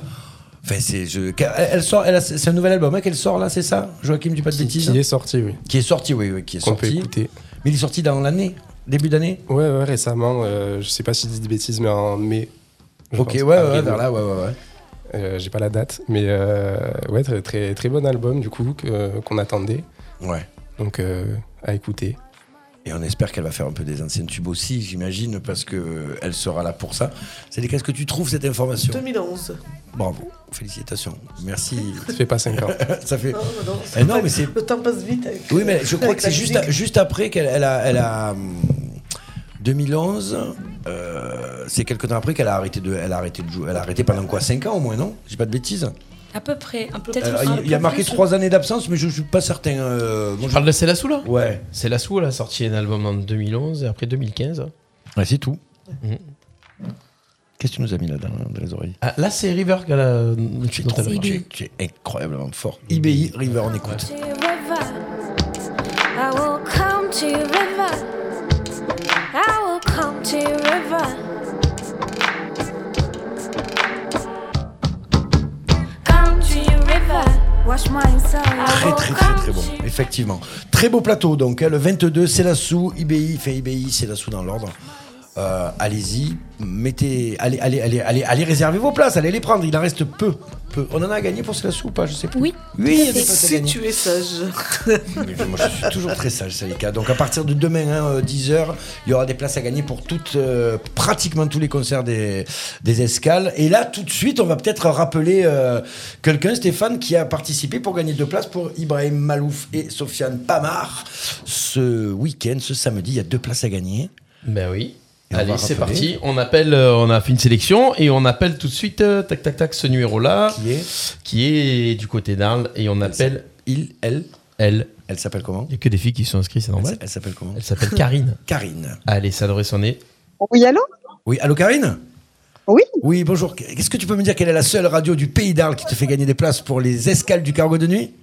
Enfin, c'est je- qu'elle- elle sort, elle a- c'est un nouvel album hein, qu'elle sort là, c'est ça Joachim, dis pas de Qui, bêtises hein, qui est sorti, oui. Qui est sorti, oui, oui, qui est Qu'on peut sorti. écouter. Mais il est sorti dans l'année, début d'année Ouais, ouais, récemment, euh, je sais pas si je dis des bêtises, mais en mai. je Ok, pense, ouais, ouais, avril, ouais, vers là, ouais, ouais, ouais. Euh, J'ai pas la date, mais euh, ouais, très, très, très bon album du coup que- euh, qu'on attendait. Ouais. Donc euh, à écouter. Et on espère qu'elle va faire un peu des anciennes tubes aussi, j'imagine, parce que elle sera là pour ça. C'est qu'est-ce que tu trouves cette information 2011. Bravo, félicitations, merci. Ça fait pas 5 ans. ça fait. Non, non, non, Eh non, mais c'est- Le temps passe vite. avec- Oui, mais je crois avec que la c'est juste, musique. à- juste après qu'elle elle a, elle a. hum, 2011, euh, c'est quelques temps après qu'elle a arrêté de, elle a arrêté de jouer, elle a arrêté pendant quoi 5 ans au moins, non J'ai pas de bêtises. À peu près, un- peut-être. Euh, un il- il y a peu marqué plus. 3 années d'absence, mais je, je suis pas certain. euh, bon, Je je- parle de Célassou là Ouais. Célassou, elle a sorti un album en 2011 et après 2015. Ouais, c'est tout. Mhm. Qu'est-ce que tu nous as mis là dans, dans les oreilles Ah, là, c'est River qu'elle a. dont elle a C'est parlé. Tu es- tu es incroyablement fort. IBI River, on écoute. to river. I will come to river. I will come to river. Come to river. Wash my soul. Très très très très bon, effectivement. Très beau plateau donc, hein, le 22, c'est la sous, IBI, fait IBI, c'est la sous dans l'ordre. Euh, allez-y, mettez, allez, allez, allez, allez, allez réserver vos places, allez les prendre, il en reste peu, peu. On en a gagné pour c'est la sous ou pas, je sais plus. Oui. Oui, il y a des places à Si gagner. tu es sage. Mais Moi, je suis toujours très sage, Salika. Donc, à partir de demain, hein, 10h, il y aura des places à gagner pour toutes, euh, pratiquement tous les concerts des, des escales. Et là, tout de suite, on va peut-être rappeler euh, quelqu'un, Stéphane, qui a participé pour gagner deux places pour Ibrahim Malouf et Sofiane Pamar. Ce week-end, ce samedi, il y a deux places à gagner. Ben oui. Et on Allez, va c'est rappeler. parti. On appelle, euh, on a fait une sélection et on appelle tout de suite, euh, tac tac tac, ce numéro-là Qui est qui est du côté d'Arles et on appelle Il, elle. elle. Elle s'appelle comment Il n'y a que des filles qui sont inscrites, c'est Elle normal. s- Elle s'appelle comment Elle s'appelle Karine. Karine. Allez, ça devrait sonner. Oui, allô Oui, allô, Karine Oui. Oui, bonjour. Qu'est-ce que tu peux me dire quelle est la seule radio du pays d'Arles qui te fait gagner des places pour les escales du cargo de nuit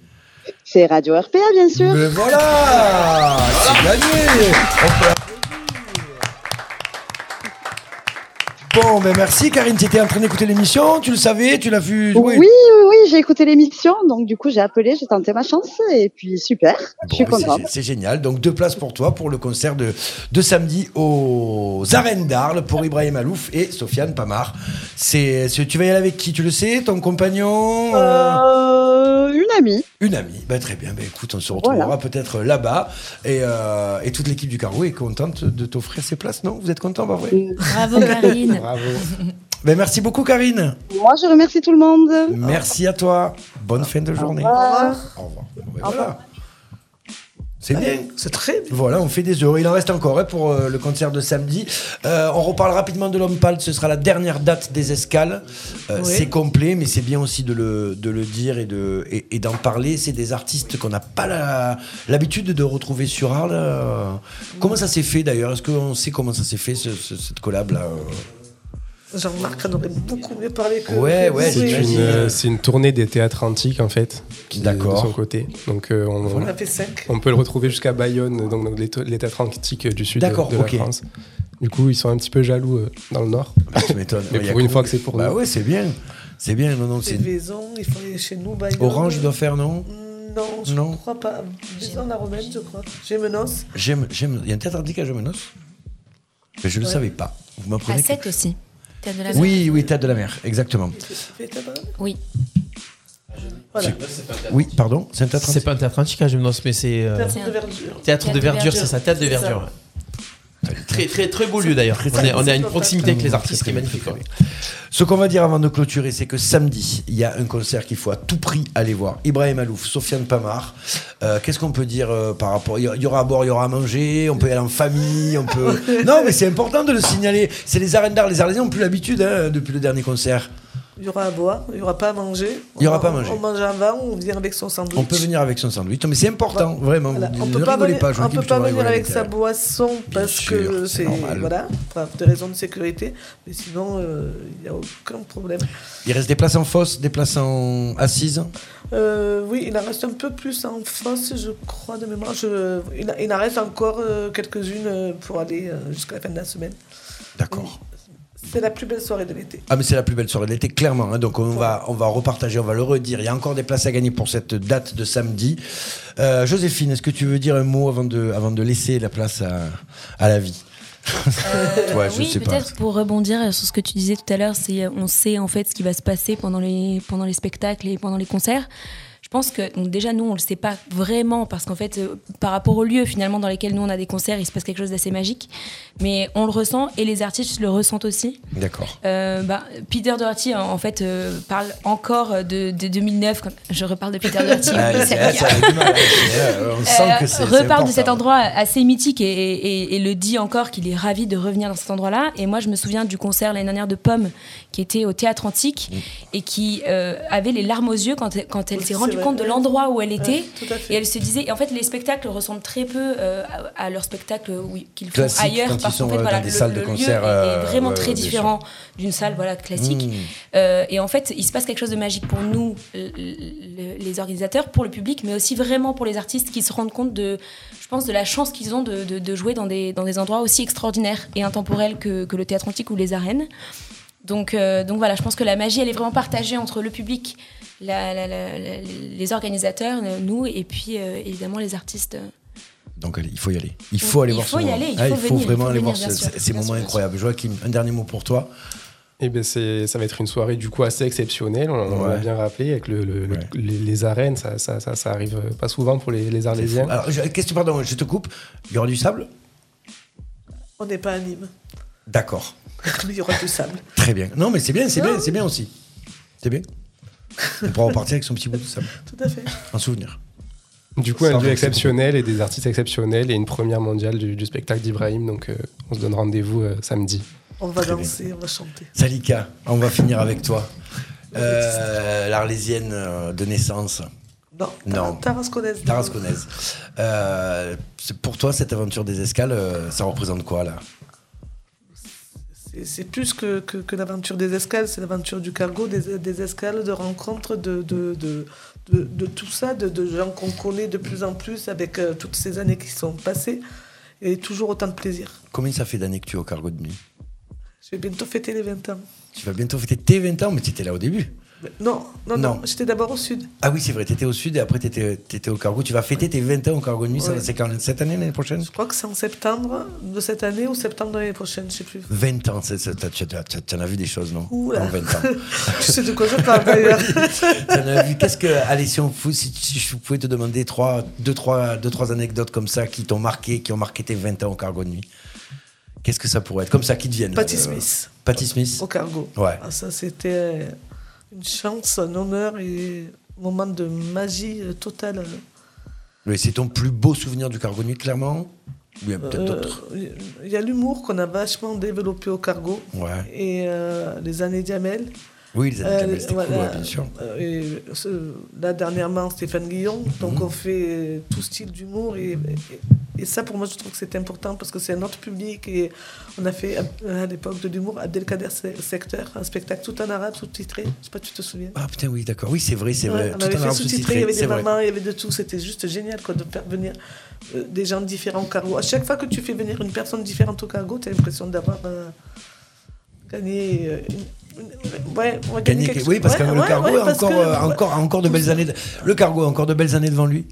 C'est Radio RPA, bien sûr. Mais voilà C'est gagné On peut- Bon, ben merci Karine, tu étais en train d'écouter l'émission, tu le savais, tu l'as vu Oui, oui, oui, j'ai écouté l'émission, donc du coup j'ai appelé, j'ai tenté ma chance, et puis super, je Bon, suis ben, c'est contente. gé- C'est génial. Donc, deux places pour toi pour le concert de, de samedi aux Arènes d'Arles pour Ibrahim Alouf et Sofiane Pamar. C'est, c'est- tu vas y aller avec qui Tu le sais Ton compagnon euh, Euh, une amie, Une amie. Bah, très bien. Bah, écoute, on se retrouvera Voilà. peut-être euh, là-bas. Et, euh, et toute l'équipe du Cargo est contente de t'offrir ces places, non Vous êtes content, pas vrai Bravo Karine. Bravo. Bah, Merci beaucoup, Karine. moi je remercie tout le monde. Merci à toi. Bonne fin de journée. Au revoir. Au revoir. Bon, ben, voilà. C'est bien. C'est très bien. Voilà, on fait des euros. Il en reste encore hein, pour euh, le concert de samedi. Euh, on reparle rapidement de l'homme pâle. Ce sera la dernière date des escales. Euh, Oui. C'est complet, mais c'est bien aussi de le, de le dire et de et, et d'en parler. C'est des artistes qu'on n'a pas la- l'habitude de retrouver sur Arles. Euh, Comment ça s'est fait d'ailleurs Est-ce qu'on sait comment ça s'est fait ce- ce- cette collab là Jean-Marc en aurait beaucoup mieux parlé que. Ouais, ouais, que vous. c'est C'est une, Imagine. euh, c'est une tournée des théâtres antiques en fait. qui est D'accord. De son côté. Donc euh, on, On a fait Oh, 5. on peut le retrouver jusqu'à Bayonne, donc, donc les, to- les théâtres antiques du sud de, D'accord, de la ok. France. Du coup, ils sont un petit peu jaloux euh, dans le nord. Bah, Tu m'étonnes. Mais Ouais, y a pour une que- fois que c'est pour Bah nous. ouais, c'est bien. C'est bien. Non, non, C'est c'est Vaison, il faut aller chez nous. Bayonne. Orange il doit faire non Mm, Non, je Non. crois pas. Maison la Romaine, je crois. Gémenos. J'aime, j'aime. Il y a un théâtre antique à Gémenos Mais je ne le Ouais. savais pas. Vous À m'apprenez. que- 7 aussi. T'as de la Oui, oui, théâtre de la mer, exactement. Oui. Voilà. Oui, pardon, c'est un théâtre C'est pas un théâtre antique, hein, je me lance, mais c'est. euh, Théâtre de verdure. Théâtre de verdure, c'est ça, théâtre de C'est ça. verdure. Très, très, très beau lieu d'ailleurs. On est, on est à une proximité avec les artistes qui est magnifique. hein. ouais. Ce qu'on va dire avant de clôturer, c'est que samedi, il y a un concert qu'il faut à tout prix aller voir. Ibrahim Alouf, Sofiane Pamar. Euh, Qu'est-ce qu'on peut dire euh, par rapport Il y a- il y aura à boire, il y aura à manger, on peut y aller en famille, on peut. non, mais c'est important de le signaler. C'est les arènes d'art, les Arlésiens ont plus l'habitude hein, depuis le dernier concert. Il y aura à boire, il n'y aura pas à manger. Il y aura pas à On- manger. On mange avant, on vient avec son sandwich. On peut venir avec son sandwich, mais c'est important, vraiment. Voilà. Vous On ne peut pas rigolez venir, pas, on Joachim, peut je te pas vois venir rigoler avec à sa l'intérieur. boisson parce que sûr, c'est c'est normal. voilà, enfin, des raisons de sécurité. Mais sinon, euh, il n'y a aucun problème. Il reste des places en fosse, des places en assise. Euh, oui, il en reste un peu plus en France, je crois, de mémoire. Je, il, il en reste encore euh, quelques-unes euh, pour aller euh, jusqu'à la fin de la semaine. D'accord. C'est la plus belle soirée de l'été. Ah mais c'est la plus belle soirée de l'été, clairement. hein. Donc on va, on va repartager, on va le redire. Il y a encore des places à gagner pour cette date de samedi. Euh, Joséphine, est-ce que tu veux dire un mot avant de, avant de laisser la place à, à la vie Toi, je Euh, Ah oui, sais pas. peut-être pour rebondir sur ce que tu disais tout à l'heure, c'est euh, on sait en fait ce qui va se passer pendant les, pendant les spectacles et pendant les concerts. Je pense que donc déjà nous on le sait pas vraiment parce qu'en fait euh, par rapport aux lieux finalement dans lesquels nous on a des concerts, il se passe quelque chose d'assez magique, mais on le ressent et les artistes le ressentent aussi. D'accord. Euh, bah, Peter Doherty en en fait euh, parle encore de, de 2009. comme- Je reparle de Peter Doherty. Ah, oui, c'est- ça- ça a du mal, euh, on sent que c'est- c'est repart important. de cet endroit assez mythique et, et- et le dit encore qu'il est ravi de revenir dans cet endroit-là. Et moi, je me souviens du concert l'année dernière de Pomme qui était au Théâtre Antique Mm. et qui euh, avait les larmes aux yeux quand, elle- quand elle Oui, s'est c'est rendue vrai. compte de l'endroit où elle était. Ouais, tout à fait. et elle se disait, et en fait, les spectacles ressemblent très peu euh, à, à leurs spectacles oui, qu'ils font Classique, quand ailleurs ils parce sont, qu'en fait, euh, voilà, dans des le, salles de le lieu concert, est- euh, est vraiment ouais, très ouais, bien différent d'une salle voilà, classique. Mm. Euh, et en fait, il se passe quelque chose de magique pour nous, l- l- les organisateurs, pour le public, mais aussi vraiment pour les artistes qui se rendent compte de, je pense, de la chance qu'ils ont de, de- de jouer dans des, dans des endroits aussi extraordinaires et intemporels que, que le théâtre antique ou les arènes. Donc, euh, donc voilà, je pense que la magie, elle est vraiment partagée entre le public, la- la- la- la- les organisateurs, euh, nous, et puis euh, évidemment les artistes. Donc allez, il faut y aller. Il faut aller Il voir faut ce y moment. aller, il Ah, faut venir, il vraiment faut aller venir, voir bien ce- sûr, ces- ces bien moments sûr. incroyables. Joachim, un dernier mot pour toi. Eh ben c'est, ça va être une soirée du coup assez exceptionnelle, on, on l'a Ouais. bien rappelé, avec le, le- le- les, les arènes, ça, ça, ça, ça arrive pas souvent pour les, les C'est Arlésiens. fou. Alors, je- qu'est-ce que pardon, je te coupe. Il y aura du sable On n'est pas à Nîmes. D'accord. Il y aura du sable. Très bien. Non, mais c'est bien, c'est bien, c'est bien aussi. C'est bien. On pourra repartir avec son petit bout de sable. Tout à fait. Un souvenir. Du coup, Ça un va, lieu c'est exceptionnel et des artistes exceptionnels et une première mondiale du, du spectacle d'Ibrahim, donc euh, on se donne rendez-vous euh, samedi. On va Très bien. danser, on va chanter. Salika, on va finir avec toi. Euh, L'Arlésienne euh, de naissance, Non, Non. non. Tarasconnaise. tarasconnaise. Euh, c'est- pour toi, cette aventure des escales, euh, ça représente quoi là C'est- C'est plus que, que, que l'aventure des escales, c'est l'aventure du cargo, des, des escales, de rencontres, de, de, de, de, de tout ça, de, de gens qu'on connaît de plus en plus avec euh, toutes ces années qui sont passées. Et toujours autant de plaisir. Combien ça fait d'années que tu es au cargo de nuit Je vais bientôt fêter les 20 ans. Tu vas bientôt fêter tes 20 ans, mais tu étais là au début. Mais Non, non, Non. non, j'étais d'abord au sud. Ah oui, c'est vrai, tu étais au sud et après tu étais, au cargo. Tu vas fêter tes 20 ans au cargo de nuit, ça Ouais. va- c'est quand cette année, l'année prochaine Je crois que c'est en septembre de cette année ou septembre de l'année prochaine, je sais plus. 20 ans, c'est- c'est- t'as- tu tu- tu en as vu des choses, non Ouh là. En 20 ans. Je sais de quoi je parle d'ailleurs. T'en as vu Qu'est-ce que allez si on fou- si, si je pouvais te demander trois, deux, trois, deux, trois anecdotes comme ça qui t'ont marqué, qui ont marqué tes 20 ans au cargo de nuit. Qu'est-ce que ça pourrait être Comme ça, qui deviennent Patty Smith. Patty Smith. au cargo. Ouais. Ah, ça, c'était une chance, un honneur et un moment de magie euh, totale. Mais c'est ton plus beau souvenir du cargo de nuit, clairement. Ou il y a peut-être Euh, d'autres. Il y a l'humour qu'on a vachement développé au cargo. Ouais. Et euh, les années Diamel. Oui, les années Euh, Jamel, c'était cool, voilà. ouais, bien sûr. Euh, et ce- là, dernièrement, Stéphane Guillon. Mhm. Donc, on fait euh, tout style d'humour. Et, et- et ça, pour moi, je trouve que c'est important parce que c'est un autre public. Et on a fait, à, à l'époque de l'humour, Abdelkader Se- Secteur, un spectacle tout en arabe, sous-titré. Je sais pas, tu te souviens Ah putain, oui, d'accord. Oui, c'est vrai, c'est Ouais, vrai. On Tout avait en fait arabe sous-titré, il y avait c'est des vrai. mamans, il y avait de tout. C'était juste génial quoi, de faire venir euh, des gens différents au cargo. À chaque fois que tu fais venir une personne différente au cargo, tu as l'impression d'avoir euh, gagné euh, une- Ouais, on va gagner Gagner- quelque chose. oui, parce que Ouais, le ouais, cargo ouais, a parce encore, que- euh, encore, encore de belles années. de- Le cargo a encore de belles années devant lui,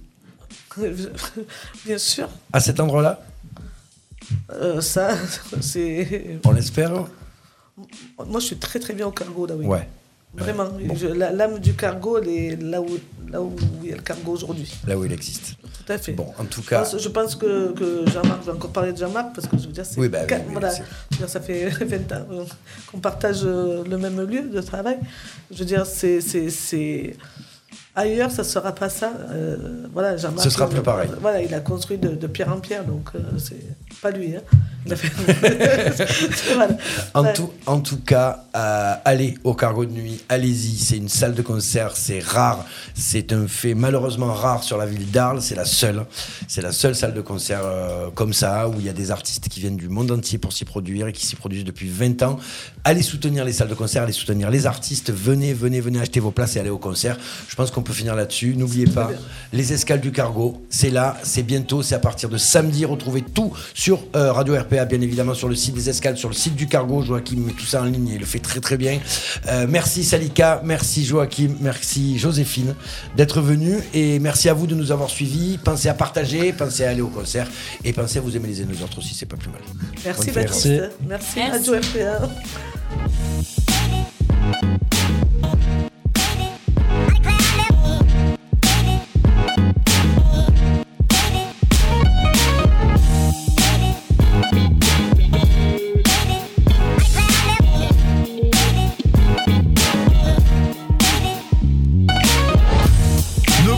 Bien sûr, à cet endroit-là, euh, ça, c'est. on l'espère. Moi, je suis très très bien au cargo, là, oui. Ouais. Vraiment. Ouais, bon. Je- la- L'âme du cargo, elle est là où, là où il y a le cargo aujourd'hui. Là où il existe. Tout à fait. Bon, en tout cas- Je pense, je pense que, que Jean-Marc, je vais encore parler de Jean-Marc, parce que je veux dire, c'est. Oui, bah oui, quatre- oui, voilà. c'est- Je veux dire, ça fait 20 ans euh, qu'on partage euh, le même lieu de travail. Je veux dire, c'est. c'est- c'est- Ailleurs, ça ne sera pas ça. Euh, voilà, Jean-Marc. Ce sera il- plus pareil. Voilà, il a construit de, de pierre en pierre, donc euh, c'est pas lui. hein. Il a fait- Voilà. En Ouais. tout, en tout cas, euh, allez au cargo de nuit, allez-y. C'est une salle de concert, c'est rare, c'est un fait malheureusement rare sur la ville d'Arles. C'est la seule, c'est la seule salle de concert euh, comme ça où il y a des artistes qui viennent du monde entier pour s'y produire et qui s'y produisent depuis 20 ans. Allez soutenir les salles de concert, allez soutenir les artistes. Venez, venez, venez acheter vos places et allez au concert. Je pense qu'on peut finir là-dessus. N'oubliez pas les escales du cargo. C'est là, c'est bientôt, c'est à partir de samedi. Retrouvez tout sur euh, Radio RPA, bien évidemment, sur le site des escales, sur le site du cargo. Joachim met tout ça en ligne et il le fait très très bien. Euh, merci Salika, merci Joachim, merci Joséphine d'être venue et merci à vous de nous avoir suivis. Pensez à partager, pensez à aller au concert et pensez à vous aimer les uns les autres aussi, c'est pas plus mal. Merci Bonne fête. Baptiste. Merci, Radio FPA. Nos